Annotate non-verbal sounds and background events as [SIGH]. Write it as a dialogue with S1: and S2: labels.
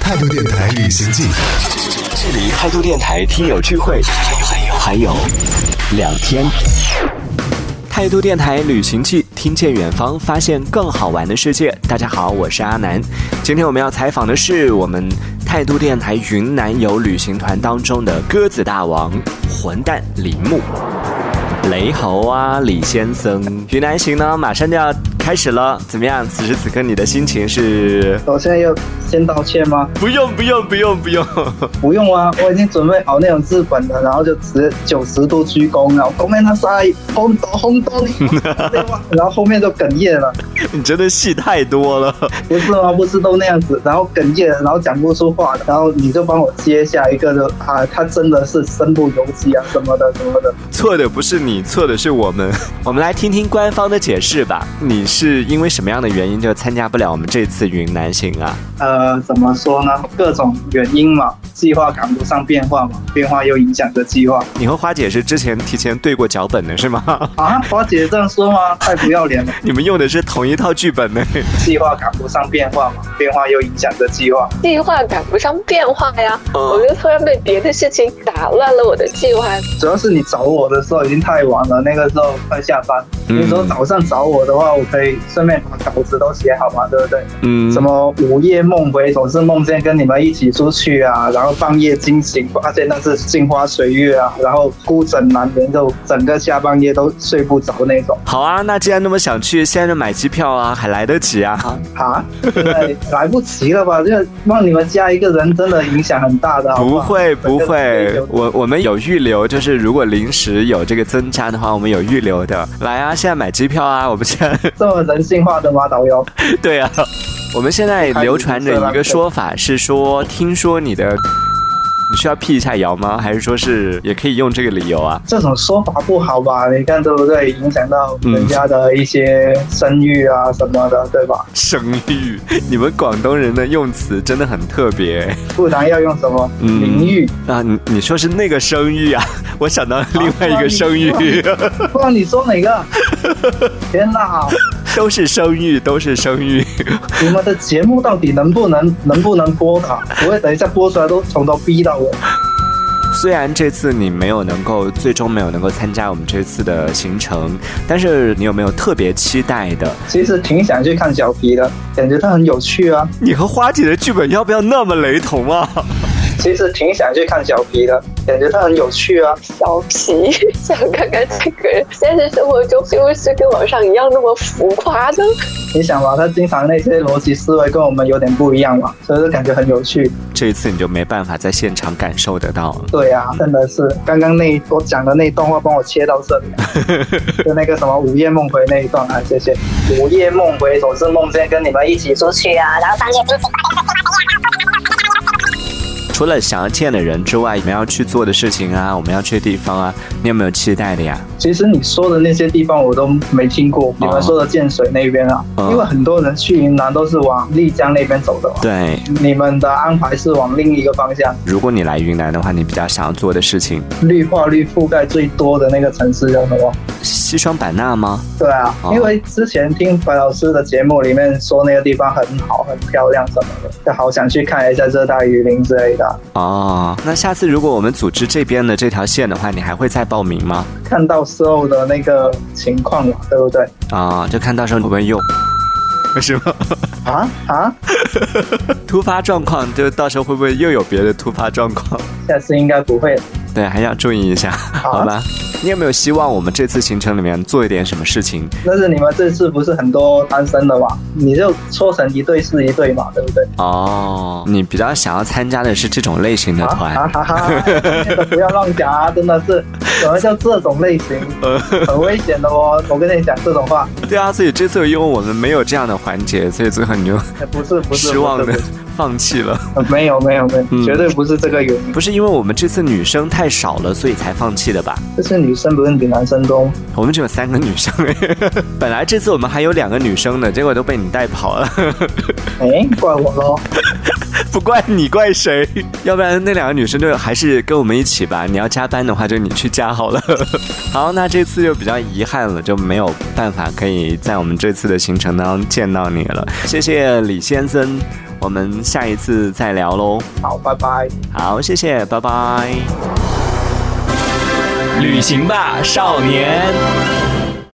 S1: 态度电台旅行记》，
S2: 这里态度电台听友聚会，还有还有还有两天。态度电台旅行记，听见远方，发现更好玩的世界。大家好，我是阿南。今天我们要采访的是我们态度电台云南游旅行团当中的鸽子大王混蛋林木。雷猴啊，李先生，云南行呢马上就要开始了，怎么样？此时此刻你的心情是？
S3: 我现在要先道歉吗？
S2: 不用不用不用不用， [LAUGHS]
S3: 不用啊，我已经准备好那种日本的，然后就直接九十度鞠躬了，后面那塞轰咚轰咚，然后后面就哽咽了，
S2: 你真的戏太多了。
S3: 不是吗？不是都那样子，然后哽咽了，然后讲不出话了，然后你就帮我接下一个就啊，他真的是身不由己啊，什么的什么的。
S2: 错的不是你，错的是我们。 [LAUGHS] 我们来听听官方的解释吧。你是因为什么样的原因就参加不了我们这次云南行啊？
S3: 呃，怎么说呢？各种原因嘛，计划赶不上变化嘛，变化又影响着计划
S2: 你和花姐是之前提前对过脚本的是吗？ [LAUGHS]
S3: 啊。花姐这样说吗？太不要脸了。
S2: 你们用的是同一套剧本 [LAUGHS] 呢？
S3: 计划赶不上变化嘛，变化又影响着计划。
S4: 计划赶不上变化呀，我就突然被别的事情打乱了我的计划。
S3: 主要是你找我的时候已经太晚了，那个时候快下班。
S2: 嗯
S3: 你说早上找我的话，我可以顺便把稿子都写好嘛，对不对？
S2: 嗯，
S3: 什么午夜梦回，总是梦见跟你们一起出去啊，然后半夜惊醒，发现那是镜花水月啊，然后孤枕难眠，就整个下半夜都睡不着那种
S2: 好啊，那既然那么想去，现在就买机票啊，还来得及啊。
S3: 啊，现在来不及了吧？这让你们加一个人真的影响很大的好
S2: 不
S3: 好
S2: 会不
S3: 对
S2: 会
S3: 对，
S2: 我我们有预留，就是如果临时有这个增加的话，我们有预留的。来啊，现在买机票啊，我们现在
S3: 这么人性化的吗，导游？
S2: [LAUGHS] 对啊，我们现在流传着一个说法是说，听说你的。你需要辟一下谣吗？还是说是也可以用这个理由啊？
S3: 这种说法不好吧？你看对不对？影响到人家的一些声誉啊什么的，对吧？
S2: 声誉， [LAUGHS] 你们广东人的用词真的很特别
S3: 不然要用什么
S2: 嗯
S3: 名誉？
S2: 啊！你你说是那个声誉啊？ [LAUGHS] 我想到另外一个声誉。
S3: 不然你说哪个？天哪！
S2: [LAUGHS] 都是生育，都是生育。
S3: 你们的节目到底能不能能不能播的？不会等一下播出来都从头逼到我。
S2: 虽然这次你没有能够最终没有能够参加我们这次的行程，但是你有没有特别期待的？
S3: 其实挺想去看小皮的，感觉他很有趣啊。
S2: 你和花姐的剧本要不要那么雷同啊？
S3: 其实挺想去看小皮的，感觉他很有趣啊。
S4: 小皮， [LAUGHS] 想看看这个人现实生活中是不是跟网上一样那么浮夸呢？
S3: 你想吧，他经常那些逻辑思维跟我们有点不一样嘛，所以就感觉很有趣。
S2: 这一次你就没办法在现场感受得到了。
S3: 对啊，真的是刚刚那一我讲的那一段话，帮我切到这里啊，就那个什么午夜梦回那一段啊，谢谢。午夜梦回总是梦见跟你们一起出去啊，然后半夜惊醒。
S2: 除了想要见的人之外，你们要去做的事情啊，我们要去的地方啊，你有没有期待的呀？
S3: 其实你说的那些地方我都没听过，你们说的建水那边啊，
S2: 哦
S3: 因为很多人去云南都是往丽江那边走的嘛。
S2: 对，
S3: 你们的安排是往另一个方向，
S2: 如果你来云南的话，你比较想要做的事情，
S3: 绿化率覆盖最多的那个城市叫什么？
S2: 西双版纳吗？
S3: 对啊
S2: 哦，
S3: 因为之前听白老师的节目里面说那个地方很好、很漂亮什么的，就好想去看一下热带雨林之类的。
S2: 哦，那下次如果我们组织这边的这条线的话，你还会再报名吗？
S3: 看到时候的那个情况嘛，对不对？
S2: 啊、就看到时候会不会用，是吗？
S3: 啊啊，
S2: 突发状况，就到时候会不会又有别的突发状况？
S3: 下次应该不会了。
S2: [LAUGHS] 对，还要注意一下，
S3: 啊
S2: 好吧？你有没有希望我们这次行程里面做一点什么事情？
S3: 但是你们这次不是很多单身的嘛，你就搓成一对是一对嘛，对
S2: [LAUGHS]
S3: 不对？
S2: 哦，你比较想要参加的是这种类型的
S3: 啊
S2: 团？
S3: 啊哈哈！那个不要乱讲啊，真的是什么叫这种
S2: [LAUGHS]
S3: 类型，
S2: 呃
S3: 很危险的哦。我跟你讲这种话，
S2: 对啊，所以这次因为我们没有这样的环节，所以最后你就
S3: 哎不是不是
S2: 失望
S3: 不
S2: 的
S3: 是
S2: 放弃了。
S3: 不是没有没有没
S2: 嗯
S3: 有，绝对不是这个原因。
S2: [LAUGHS] 不是因为我们这次女生太少了，所以才放弃的吧？
S3: 就是女生不是比男生多，
S2: 我们只有三个女生， [LAUGHS] 本来这次我们还有两个女生呢，结果都被你带跑了。
S3: 哎、怪我喽。
S2: 不怪你，怪谁？要不然那两个女生就还是跟我们一起吧。你要加班的话，就你去加好了。 [LAUGHS] 好，那这次就比较遗憾了，就没有办法可以在我们这次的行程当中见到你了。谢谢李先生。我们下一次再聊喽。
S3: 好，拜拜。
S2: 好，谢谢，拜拜。旅行吧，少年。